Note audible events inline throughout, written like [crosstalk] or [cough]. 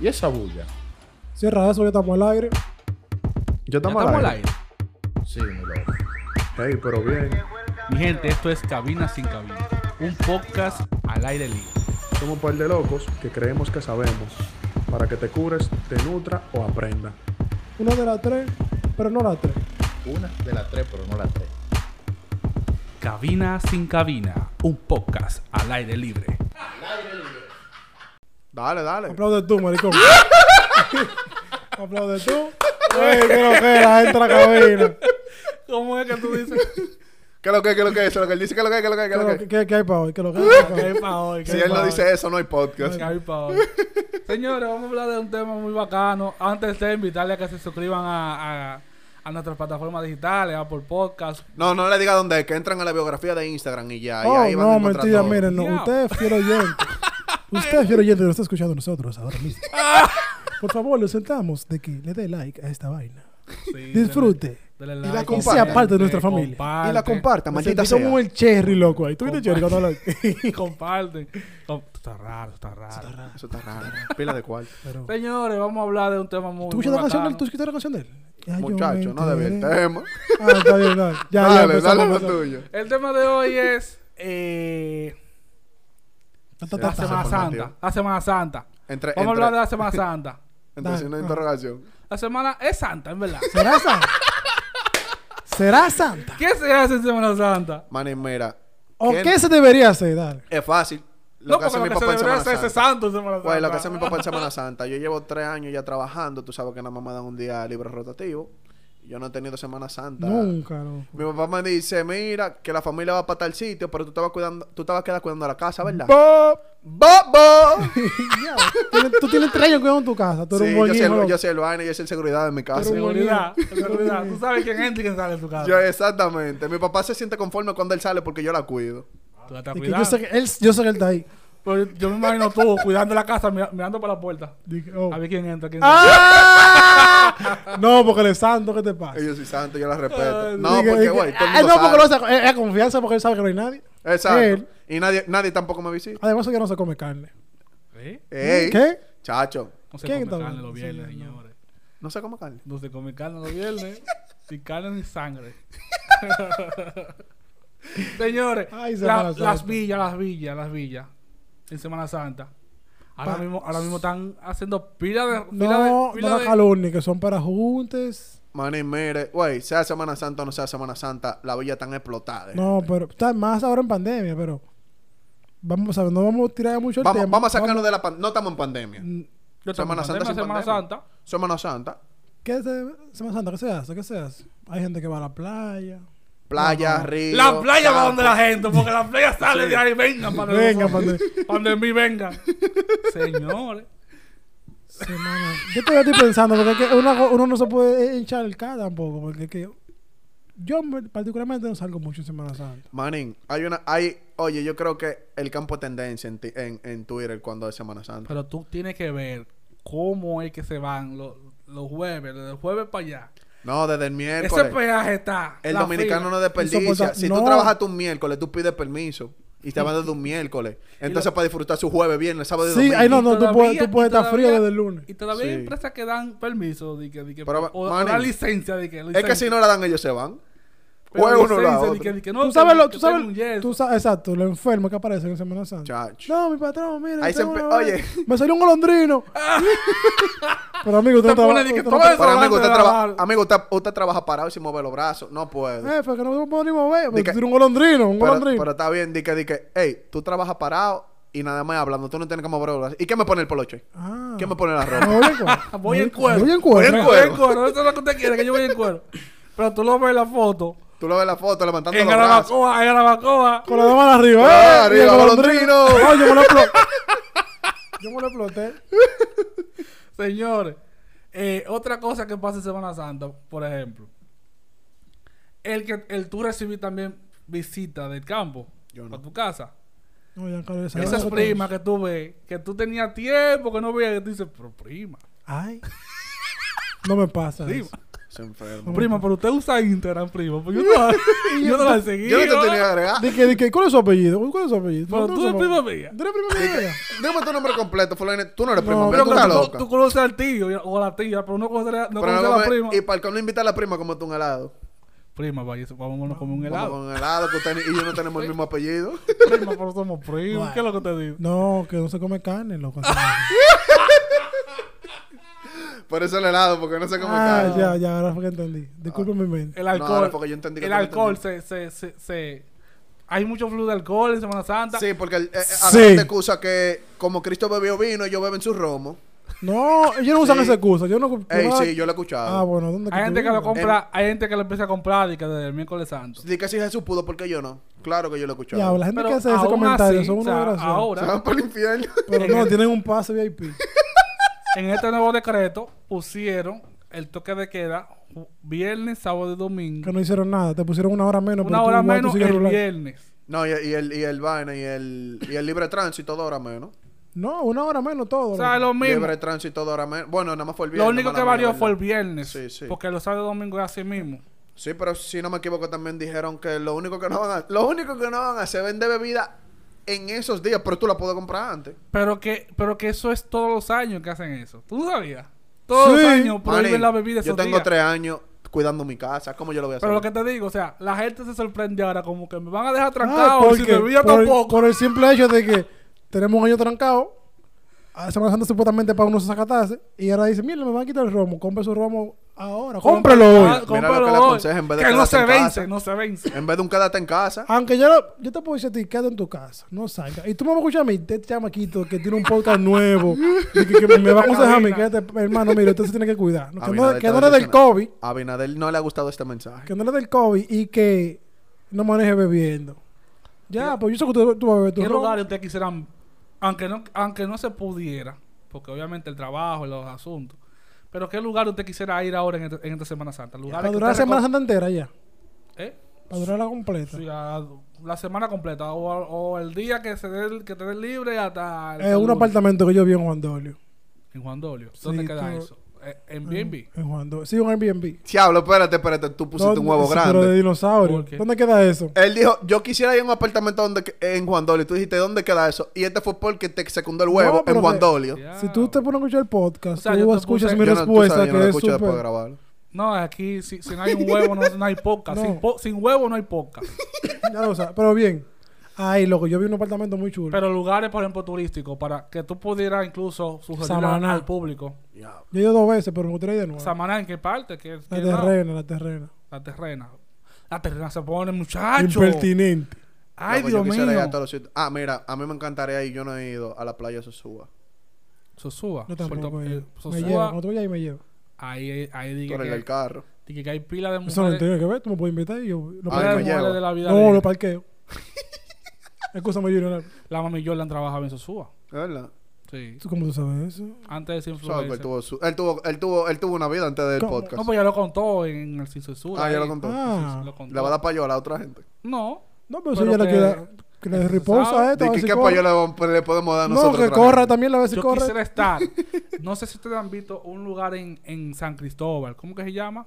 ¿Y esa bulla? Cierra eso, ya estamos al aire. Yo Ya estamos al aire. Sí, mi loco. Ey, pero bien. Mi gente, esto es Cabina sin Cabina. Un podcast al aire libre. Somos un par de locos que creemos que sabemos. Para que te cures, te nutra o aprenda. Una de las tres, pero no las tres. Una de las tres, pero no las tres. Cabina sin Cabina. Un podcast al aire libre. Dale, dale. Aplaude tú, [laughs] maricón. Aplaude tú. Ay, qué loquera, entra a cabina. ¿Cómo es que tú dices? ¿Qué es lo que es? ¿Qué es lo que es? ¿Qué es lo que él dice? ¿Qué es lo que es? ¿Qué es lo que es? ¿Qué ¿Qué, es lo lo- que es? qué- qué hay para hoy? ¿Qué lo que hay para hoy? Si él no dice eso, no hay podcast. [laughs] Ay, pa' hoy. Señores, vamos a hablar de un tema muy bacano. Antes de invitarles a que se suscriban a, a- a nuestras plataformas digitales, Apple Podcast. No, no le diga dónde es, que entran a la biografía de Instagram y ya. y Oh, ahí van a no, encontrar mentira, todo. miren, no. Ya. Usted es fiel oyente. Usted es fiel oyente, lo está escuchando nosotros ahora [laughs] mismo. Por favor, lo sentamos de que le dé like a esta vaina. Disfrute. Dale la like, eh, compartan. comparte, Sea parte de nuestra familia. Y la [laughs] compartan, maldita Sentí como sea. el cherry, loco, ahí. ¿Tú viste cherry cuando hablas? [laughs] Comparten. Com- está raro, está raro. Eso está raro. Pila [laughs] de cual. Pero- Señores, vamos a hablar de un tema muy. ¿Tú muy escuchaste la canción de él? bacano. ¿Tú escuchaste la canción de él? Ya yo Muchacho, me no debe el enteré. tema. Ah, está bien, dale. [laughs] Ya, ya Dale, empezamos, dale lo empezamos. tuyo. El tema de [laughs] hoy es. Eh, Ta, ta, ta, la ta. Semana formativo. Santa. La Semana Santa. Entre, Vamos a hablar de entre, la Semana [laughs] Santa. entre Ah. signo de interrogación. La semana es Santa, en verdad. ¿Será santa? ¿Será santa? ¿Qué se hace en Semana Santa? Manes, mira. ¿O ¿quién- qué se debería hacer? Dale. Es fácil. Lo No, que hace mi porque lo que se papá en debería Semana hacer es Santa. santo en Semana Santa. Güey, lo que hace mi papá en Semana Santa. Yo llevo tres años ya trabajando. Tú sabes que nada más me dan un día libre rotativo. Yo no he tenido Semana Santa. Nunca, no. Mi papá me dice, mira, que la familia va para tal sitio, pero tú te vas, cuidando, tú te vas a quedar cuidando la casa, ¿verdad? Bo- ¡Bobo! Ya, tienes- Tú tienes tres años cuidando tu casa. Tú eres sí, un buen yo soy, hijo, el, yo loco. soy el vaina, yo soy el seguridad de mi casa. Pero- Seguridad, Seguridad. [laughs] seguridad. Tú sabes quién entra y quién sale de tu casa. Yo, exactamente. Mi papá se siente conforme cuando él sale porque yo la cuido. Tú la estás Y que cuidando. yo, sé que él, yo sé que él está ahí. Pero yo me imagino tú cuidando la casa, mira- mirando para la puerta. Dije, oh. A ver quién entra, quién sale. ¡Ah! No, porque él es santo, ¿qué te pasa? Y yo soy santo, yo la respeto. Ay, No, Dije, porque, dije, güey, todo ah, el mundo no, porque sabe. lo hace- es, es confianza porque él sabe que no hay nadie. Exacto. Él. Y nadie, nadie tampoco me visita. Además, ya no se come carne. ¿Eh? Ey, ¿Qué? Chacho, No se ¿Quién come está carne hablando? los viernes, Sí, no. señores. no sé cómo carne. No se come carne los viernes. sin carne [laughs] ni sangre. señores, Ay, la- Semana Santa. las villas, las villas, las villas. En Semana Santa. Ahora Pa- mismo, ahora mismo están haciendo pila de. pila de- No, pila no la de- calumnia, que son para juntes. Maní, mire, güey, sea Semana Santa o no sea Semana Santa, la villa tan explotada. eh. No, pero está más ahora en pandemia, pero vamos a ver, no vamos a tirar mucho el vamos, tema. vamos a sacarnos de la pandemia. No estamos en pandemia. Mm, Yo Semana también, Santa sin Semana pandemia. Santa. Semana Santa, ¿Qué se, Semana Santa? ¿Qué se hace? ¿Qué se hace? Hay gente que va a la playa. playa, río. La playa va campo. donde la gente, porque la playa sale de ahí, venga, para Venga, para donde- [laughs] donde mí [laughs] venga. Señores, Semana. Yo todavía estoy pensando, porque es que una co- uno no se puede hinchar el cara tampoco, porque es que yo me- particularmente no salgo mucho en Semana Santa. Manín, hay una. Hay, oye, yo creo que el campo es tendencia en, ti- en, en Twitter cuando es Semana Santa. pero tú tienes que ver cómo es que se van los, los jueves, desde el jueves para allá. No, desde el Ese miércoles. peaje está. El la dominicano fila. no desperdicia. Insoportable. Si No. tú trabajas tu miércoles, tú pides permiso. Y te vas desde un miércoles. Entonces, para disfrutar su jueves, viernes, sábado y Sí, domingo. ahí no, Y no, tú todavía- puedes, tú y puedes estar frío todavía- desde el lunes. Y todavía hay Sí. empresas que dan permiso de que, de que- Pero, o, o manín, dan licencia de que Es que si no la dan, ellos se van. pero O es uno o la licencia de otra. que- de que no, tú que- sabes lo, que tú sabes, tengo un yeso. tú sabes, exacto, lo enfermo que aparece en Semana Santa. Chacho. No, mi patrón, mira. Ahí se tengo empe- una- oye. Me salió un [laughs] golondrino. Pero amigo, usted Te pone traba- de que usted todo puede- eso Pero amigo, antes usted, de traba- trabajar. amigo usted, usted trabaja parado y sin mover los brazos. No puedo. Jefe, Eh, que no me puedo ni mover. Di Pero que- tiene un golondrino, un Pero, golondrino. pero está bien, di que, di que, hey, tú trabajas parado y nada más hablando, tú no tienes que mover los brazos. ¿Y qué me pone el poloche? ah. ¿Qué me pone la ropa? No, voy en cuero. Voy Voy en en cuero. Voy cuero. en Voy cuero. en cuero, eso es lo que usted quiere, que yo voy en cuero. Pero tú lo ves en la foto. Tú lo ves la foto levantando En los brazos. Garabacoa, en Garabacoa. Con la mano arriba. Con la mano ¡Eh! Y el arriba, golondrino. golondrino. No, yo me lo [laughs] exploté. Yo me lo exploté. Señores, eh, otra cosa que pasa en Semana Santa, por ejemplo. El que el tú recibí también visita del campo Yo no. a tu casa. No, ya, claro, esa- Esas esa- primas que tú ves, que tú tenías tiempo que no veías, que tú dices, pero prima, Ay. No me pasa. prima. eso. Se enferma. Prima, pero usted usa Instagram, prima. [laughs] Pues yo no, yo no la seguí. Yo no te tenía que agregar. De que, de que, ¿Cuál es su apellido? ¿Cuál es su apellido? Pero ¿No tú es eres su prima apellido? mía. ¿Tú eres prima mía? Dime tu nombre completo, fulano. Tú no eres No, prima, pero pero tú estás Tú, loca. tú conoces al tío y- o a la tía, pero no conoces a, no Pero conoces no a la come- prima. Y para el no invita a la prima como tú un helado. Prima, vaya, vamos a comer un Vamos helado. con un helado que usted ni- y yo no tenemos el mismo apellido. [laughs] Prima, pero somos primos. ¿Qué es lo que te digo? No, que no se come carne, [laughs] loco. Por eso el helado, porque no sé cómo ah, cae. ya, ya, ahora fue que entendí. Disculpen mi mente. El No, alcohol. ahora porque yo entendí que el tú no alcohol se, se, se, se- Hay mucho flujo de alcohol en Semana Santa. Sí, porque el, eh, eh, Sí. agarran de excusa que como Cristo bebió vino, ellos beben su romo. No, ellos no usan Sí. esa excusa. Yo no. Ey, no- sí, yo lo he escuchado. Ah, bueno, ¿dónde Hay gente que tú lo vives? compra, hay gente que lo empieza a comprar y que desde el miércoles santo. Di que si Jesús pudo, ¿por qué yo no? Claro que yo lo he escuchado. Ya, la gente que hace ese aún comentario así, son o una sea, gracia. Se Ahora, van para el infierno. [laughs] Pero no, tienen un pase VIP. en este nuevo decreto, pusieron el toque de queda ju- viernes, sábado y domingo. Que no hicieron nada. Te pusieron una hora menos. pero Una tú hora igual tú menos sigues el regular. viernes. No, y, y el, y el vaina, y el, y el libre tránsito, dos horas menos. No, una hora menos todo. Ah, O sea, loco. lo mismo. Libre tránsito, dos horas menos. Bueno, nada más fue el viernes. Lo único que mala mía, varió ¿verdad? fue el viernes. Sí, sí. Porque los sábados y domingos es así mismo. Sí, pero si no me equivoco, también dijeron que lo único que no van a, lo único que no van a hacer es vender bebida en esos días, pero tú la puedes comprar antes. Pero que, pero que eso es todos los años que hacen eso. ¿Tú no sabías? Todos Sí. los años prohíben Manny, la bebida esos Yo tengo días. tres años cuidando mi casa. ¿Cómo yo lo voy a hacer? Pero lo que te digo, o sea, la gente se sorprende ahora como que me van a dejar Ah, trancado y sin porque- bebida por el- tampoco. Por el simple hecho de que tenemos un año trancado. A Semana Santa supuestamente para uno se sacatarse. Y ahora dice, mira, me van a quitar el romo. Compre su romo ahora. Cómprelo Ah, hoy. Mira lo cómpralo que le hoy. aconseja en vez de Que no quedarse se en vence, casa. no se vence. En vez de un quédate en casa. Ah. Aunque yo, lo- yo te puedo decir a ti, quédate en tu casa, no salgas. Y tú me vas a escuchar a mí, este chamaquito que tiene un podcast [laughs] nuevo, y que, que me va a aconsejar a mí, Cabina. quédate, hermano, mira, usted se tiene que cuidar. No, Que no, Abinader que está no le del decepcionado. COVID, A Abinader no le ha gustado este mensaje. que no le del COVID y que no maneje bebiendo. Ya, pues yo sé que tú, tú vas a beber tu ¿Qué romo. lugares ustedes quisieran, aunque no, aunque no se pudiera, porque obviamente el trabajo y los asuntos, pero qué lugar usted quisiera ir ahora en, este- en esta Semana Santa? Para Lugares que durar la usted Semana reco- Santa entera ya, ¿Eh? para durar la completa. Sí, la, la semana completa, o, o el día que se dé, el- que te dé libre hasta... el- Eh, un lunes. apartamento que yo vi en Juan Dolio. En Juan Dolio. ¿Dónde Sí, Mm. queda tú- eso? Eh, en BNB. En Juan Dolio. Sí, un Airbnb. Diablo, espérate, espérate. Tú pusiste ¿Dónde- un huevo sí, Pero de grande. dinosaurio. ¿Por qué? ¿Dónde queda eso? Él dijo, yo quisiera ir a un apartamento donde, que- en Juan Dolio. Tú dijiste, ¿dónde queda eso? Y este fue porque te secundó el No, huevo pero en Juan que- Dolio. Ya. Si tú te pones a escuchar el podcast, O sea, yo tú te escuchas puse- mi Yo no- tú respuesta, sabes, yo no que lo es escucho después de súper... grabarlo. No, aquí si, si no hay un huevo no, no hay poca. No. Sin, po- sin huevo no hay poca. [laughs] Ya lo sabes, pero bien. Ay, loco, yo vi un apartamento muy chulo. Pero lugares, por ejemplo, turísticos, para que tú pudieras incluso sugerir al, Samaná. al público. Diablo. yo he ido dos veces, pero me gustaría ir de nuevo. Samaná, ¿en qué parte? ¿Qué, la qué lado? terrena, la terrena. La terrena. La terrena se pone, muchacho. Impertinente. Ay, Loco, Dios pues yo quisiera ir a todos mío. los sitios. Ah, mira, a mí me encantaría ir. Yo no he ido a la playa Sosúa. Sosúa. No tampoco. Puerto- he eh, ido. me Sosúa, lleva, cuando voy ahí me lleva. Ahí, ahí dije Tú eres el que, carro. dije que hay pila de Eso no mujeres. tiene que ver, tú me puedes invitar y yo lo pila de Ay, me parqueo. lleva. mujeres de la vida. No, de- lo parqueo. [laughs] Escúchame, Junior. La mami Jordan trabajaba en Sosúa. ¿Es ¿Verdad? Sí. ¿Tú cómo tú sabes eso? Antes de ser Tú sabes que él influencer. tuvo, su- él, tuvo, él, tuvo, él tuvo una vida antes del ¿Cómo? podcast. No, pues ya lo contó en el Sin Censura. ah, ya lo ahí. contó. Ah, Lo contó. Le va a dar payola a otra gente. No. no, pero eso Pero ya le que- queda. Que le que se reposa sabe. a esto. ¿De a qué, ver si qué corre. payola vamos- le podemos dar No, nosotros? que otra corra gente? también, a ver si Yo corre. [laughs] quisiera estar. No sé si ustedes han visto un lugar en, en San Cristóbal. ¿Cómo que se llama?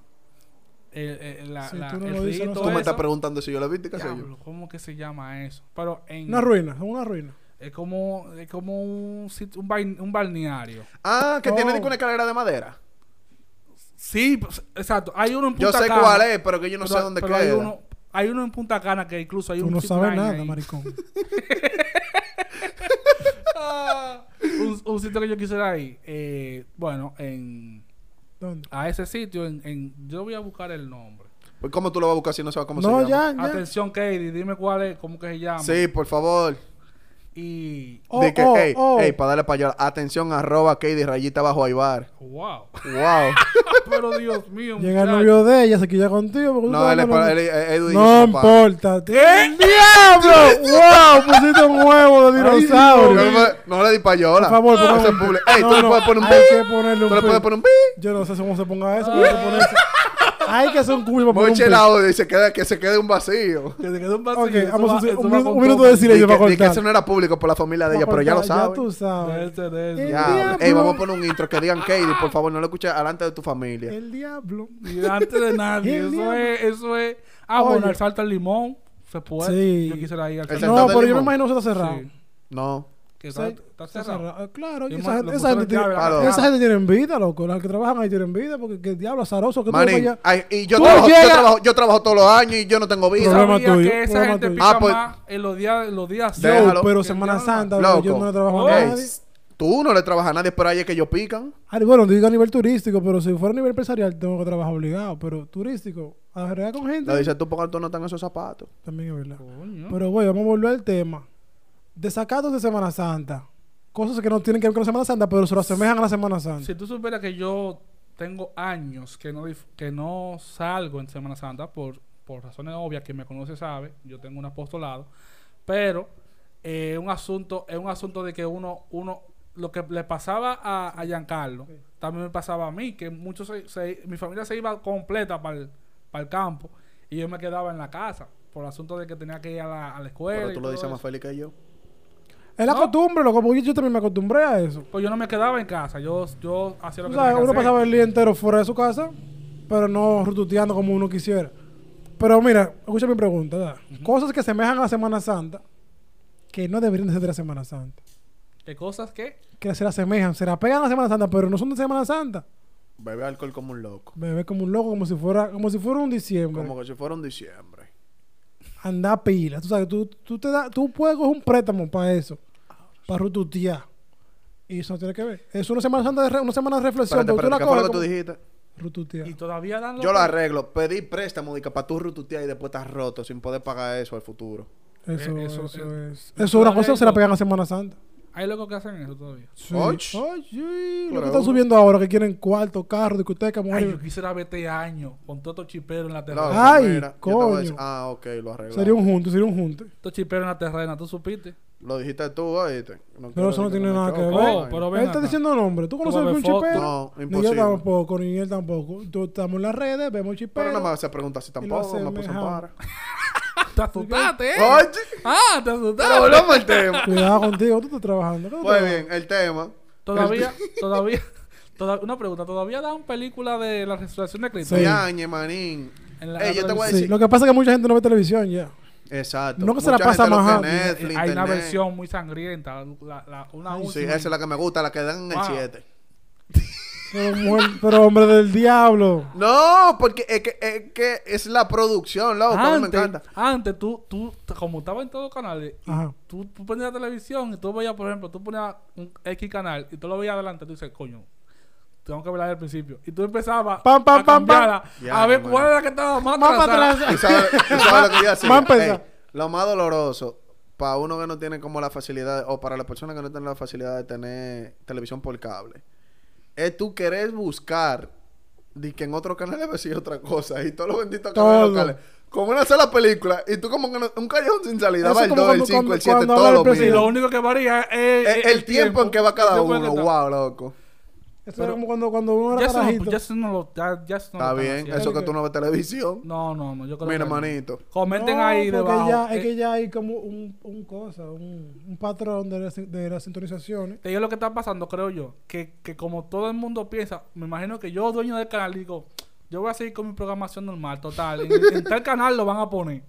El, el, la, Si la- tú no el lo dices, no rito Tú me eso. estás ese. preguntando si yo la viste, ¿qué sé yo? Diablo, ¿Cómo que se llama eso? Pero en... Una ruina, es una ruina. Es como, es como un, sitio- un, bain- un balneario. Ah, que tiene Oh. dice, una escalera de madera. Sí, pues, exacto. Hay uno en Yo Punta sé Cana, cuál es, pero que yo no pero- sé dónde pero queda. Hay uno, hay uno en Punta Cana que incluso hay Tú un no zip sabes line nada, ahí. maricón. [laughs] un, un sitio que yo quisiera ir. eh, bueno, en... ¿Dónde? a ese sitio en, en- yo voy a buscar el nombre Pues, ¿Cómo tú lo vas a buscar si no sabes cómo No, se llama? ya, ya. atención Katie dime cuál es cómo que se llama Sí, por favor. y Oh, de que, oh, ey, oh. ey, para darle payola. Atención, arroba Katie rayita bajo Aibar. wow [laughs] [laughs] Wow. pero Dios mío Llega el muchacho. novio de ella, se quilla contigo. porque tú no, sabes él, es que pa- lo- él, él- Edu dice No su papá. [laughs] importa. ¿Qué? [laughs] ¡Diablo! ¡Wow! Pusiste un huevo de Yo dinosaurio. No, le- no le di payola. Por favor, no ponle se un publica. pi. Ey, tú No, le no, puedes poner un Hay pi. que ponerle Tú le un puedes pi. poner un pi. Yo no sé cómo se ponga eso, pero se pone eso. Hay que hacer un curso para poner Moche el un audio y se queda, que se quede un vacío. Que se quedó un vacío. Ok, eso vamos va- a hacer eso un va minu- con un minuto todo. de silencio. Sí, le Di iba a que, di que cortar. eso no era público por la familia de ella, pero ya lo Ya sabe. tú sabes. De ese, de ese. El Ya, diablo. ey, vamos a poner un intro que digan Katie, por favor, no lo escuches delante de tu familia. El diablo. Y antes de nadie. El eso diablo. es, eso es. Ah, Oye. bueno, el salto al limón. Se puede. Sí. Yo quisiera ir al El salto. salto No, de pero yo me limón. imagino que eso está cerrado. Sí, No. que Está- está, está cerrado. Ah, Claro, Y esa mo- gente, lo esa gente pusieron llave, tiene, la Claro. cara. esa gente tiene vida, loco. Los que trabajan ahí tienen vida, porque qué diablo azaroso que tú Manín, vayas- ay, y yo Tú trabajo, yo, llegas- trabajo, yo trabajo todos los años y yo no tengo Yo vida. Problema sabía tuyo, que esa problema gente tuyo. pica Ah, pues- más en los días, en los días Yo, déjalo. pero Que Semana diablo. Santa, Loco. yo no le trabajo a Ey, nadie. tú no le trabajas a nadie, pero ahí es que ellos pican. Ah, bueno, digo a nivel turístico, pero si fuera a nivel empresarial tengo que trabajar obligado, pero turístico, a agregar con gente Le dices tú, porque tú no estás en esos zapatos. también es verdad. Coño. Pero güey, vamos a volver al tema. Desacatos de Semana Santa. Cosas que no tienen que ver con la Semana Santa, pero se lo asemejan a la Semana Santa. Si tú supieras que yo tengo años que no, dif- que no salgo en Semana Santa por, por razones obvias, quien me conoce sabe, yo tengo un apostolado, pero eh, es un asunto, es un asunto de que uno, uno, lo que le pasaba a, a Giancarlo, también me pasaba a mí, que muchos se- se- mi familia se iba completa para el, campo y yo me quedaba en la casa por asunto de que tenía que ir a la, a la escuela. Pero y tú lo todo dices más eso. feliz que yo. Es la No. costumbre, loco, porque yo también me acostumbré a eso. Pues yo no me quedaba en casa, yo, yo hacía lo Tú sabes, que tenía que uno hacer. pasaba el día entero fuera de su casa, pero no rututeando como uno quisiera. Pero mira, escucha mi pregunta. ¿verdad? Cosas que semejan a la Semana Santa, que no deberían de ser de la Semana Santa. ¿Qué cosas que? Que se la asemejan, se la pegan a la Semana Santa, pero no son de Semana Santa. Bebe alcohol como un loco. Bebé como un loco, como si fuera, como si fuera un diciembre. Como que si fuera un diciembre. Anda pila. Tú sabes, tú, tú, te da- tú puedes coger un préstamo para eso, para rututear. Y eso no tiene que ver. Es una Semana Santa, de re- una semana de reflexión. Espérate, pero espérate, ¿qué tú fue la lo que coges tú como dijiste? rututear. Y todavía dan los Yo lo arreglo. Pedí préstamo de que para tú rututear y después estás roto sin poder pagar eso al futuro. Eso, Eh, eso, eso- eh, es. Eso es una cosa que se la correcto. pegan a Semana Santa. Hay locos que hacen eso todavía. Sí. Oh. Och. Oye, lo Claro. que están subiendo ahora, que quieren cuarto, carro, discoteca, Ay, yo mujer. quisiera verte año con todos estos chiperos en la Loco, terrena. Ay, mira, yo te voy a decir- coño. Ah, ok, lo arreglo. Sería un junte, sería un junte. Estos chiperos en la terrena, ¿tú supiste? Lo dijiste tú, oíste. Pero eso no quiero tiene me nada que choque. ver. Oh, pero ven él está acá. diciendo nombre. ¿Tú conoces vas a ver algún fotos. chipero? No, Ni yo imposible. tampoco, ni él tampoco. Tú- estamos en las redes, vemos Pero nada chipero. más se pregunta si lo tampoco me puso en asemejamos. para. ¡Te asustaste, eh! Oye, ¡Ah, te asustaste! pero volvamos [laughs] al tema. Cuidado contigo, tú estás trabajando. ¿Qué tú Pues trabajas? bien, el tema. Todavía, todavía, toda- una pregunta, ¿todavía dan película de la resurrección de Cristo? Sí. Yañe, manín. En la- Ey, yo te voy a Sí, decir. Lo que pasa es que mucha gente no ve televisión ya. Exacto. No que se la Mucha pasa gente lo más que a- Eh, Netflix, Hay una internet. versión muy sangrienta, la, la, una Sí, última. esa es la que me gusta, la que dan en el Wow. 7. Pero, mujer- pero hombre del diablo. No, porque es que, es que es la producción, loco. A mí Oh, me antes, encanta. antes tú, tú, t- como estaba en todos los canales, y Ajá. tú, tú ponías la televisión y tú veías, por ejemplo, tú ponías un X canal y tú lo veías adelante, tú dices, coño, tengo que ver desde el principio. Y tú empezabas Pam, pam, a, pam, pam. cambiarla, Ya, a ver hermano. cuál era la que estaba más Más para atrasada. atrás. ¿Tú sabes, tú sabes lo que yo hacía? Más pesado. Ey, lo más doloroso para uno que no tiene como la facilidad, o para las personas que no tienen la facilidad de tener televisión por cable, es tú querés buscar de que en otro canal debe ser otra cosa y todos los benditos canales Todo. locales. Como una sola película y tú como que no- un callejón sin salida, Eso va el como 2, el cuando- 5, el cuando- 7, cuando todo habla lo el Y lo mismo. presidente. único que varía es, El, es el tiempo en que va cada El tiempo uno, en que está. wow, loco. Eso era como cuando, cuando uno Ya era eso, no, carajito. ya eso no lo ya, ya eso no Está lo están bien, haciendo. eso que tú no ves televisión. No, no, no, yo creo Mira, que no. manito. Comenten No, ahí porque debajo. Ya, es Eh, que ya hay como un, un cosa, un, un patrón de, las- de las sintonizaciones. Te digo lo que está pasando, creo yo. Que, que como todo el mundo piensa, me imagino que yo, dueño del canal, digo, yo voy a seguir con mi programación normal, total. En, en tal canal lo van a poner.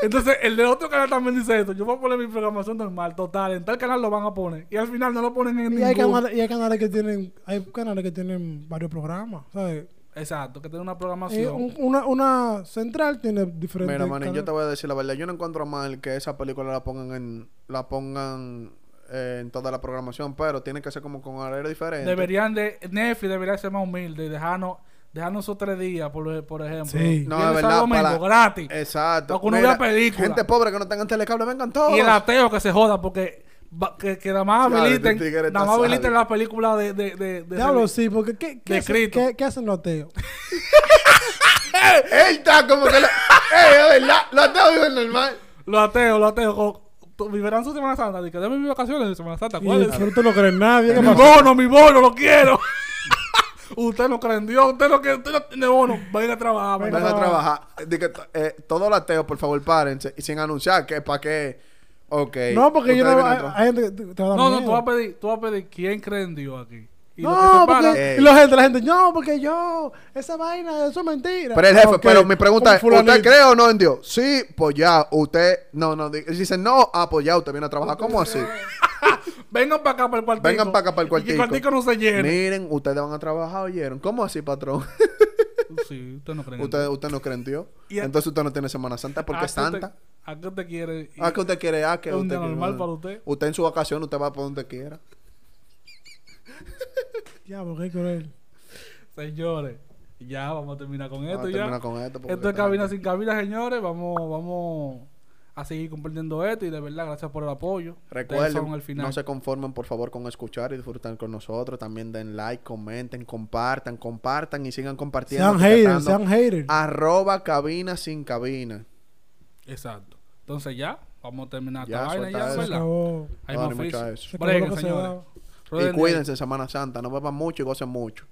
Entonces, el del otro canal también dice esto. Yo voy a poner mi programación normal, total. En tal canal lo van a poner. Y al final no lo ponen en Y hay, ningún. canales, y hay canales que tienen hay canales que tienen varios programas, ¿sabes? Exacto, que tiene una Eh, programación. un- una, una central tiene diferentes Mira, manín, yo canales. te voy a decir la verdad. Yo no encuentro mal que esa película la pongan en la pongan eh, en toda la programación, pero tiene que ser como con horario diferente. Deberían de... Netflix debería ser más humilde y dejarnos... Dejarnos esos tres días, por, por ejemplo. Sí. No, Viernes, es verdad, sábado, para- domingo, gratis. Exacto. Para que uno Mira, vea película. Gente pobre que no tengan telecable, vengan todos. Y el ateo que se joda porque va- que, que nada más Claro, habiliten, este tigre está nada más habiliten sádico. la película de, de, de, de Diablo, de- sí, porque ¿qué, qué, de hace- Cristo. qué- qué hacen los ateos? Él está como [laughs] que lo, Ey, es verdad, lo tengo viven normal. los ateos, los ateos con- tu- vivirán su Semana Santa, de que déme mis vacaciones de Semana Santa, Y ¿cuál es? disfruten lo que nadie. ¿qué Mi pasa? bono, mi bono, lo quiero. [laughs] Usted no cree en Dios, usted no cree, usted no tiene bono, venga a trabajar, venga. Van a trabajar. Di que to- eh, todos los ateos, por favor, párense. Y sin anunciar que para qué. Ok. No, porque yo Ustedes no. vienen Hay, atrás. hay gente que te, te va a dar No, no, miedo. tú vas a pedir, tú vas a pedir quién cree en Dios aquí. Y los que No, se paran- porque Ey. y la gente, la gente, no, porque yo, esa vaina, eso es mentira. Pero el jefe, Ok, pero mi pregunta como es, fulanito. ¿usted cree o no en Dios? Sí, pues ya, usted, no, no, di- dicen no, ah, pues ya, usted viene a trabajar, ¿cómo así? Vengan para acá para el cuartico. Vengan para acá para el Y que el cuartico. cuartico no se llene. Miren, ustedes van a trabajar, oyeron, ¿cómo así, patrón? [laughs] Sí, usted no cree en Usted, usted no cree en Dios, Y a- Ah, entonces usted no tiene Semana Santa porque es santa. ¿A qué usted quiere? ir? Ah, que usted quiere, ah, que Es un usted día quiere. normal para usted. Usted en su vacación, usted va por donde quiera. Diablo, qué cruel. Señores, ya vamos a terminar con esto. Vamos a ya. terminar con esto, porque Esto es esta Cabina gente- sin Cabina, señores. Vamos, vamos a seguir compartiendo esto y de verdad, gracias por el apoyo. Ustedes son Recuerden, el final. no se conformen por favor con escuchar y disfrutar con nosotros. También den like, comenten, compartan, compartan y sigan compartiendo. Sean haters, sean etiquetando. haters. Arroba cabina sin cabina. Exacto. Entonces ya, vamos a terminar Ya, esta vaina suelta ya, eso. Se ¿verdad? acabó. Hay Ahora más mucho oficio. a eso. Se acabó Breguen, lo que se señores. daba. Rueden y de- cuídense Semana Santa, no beban mucho y gocen mucho.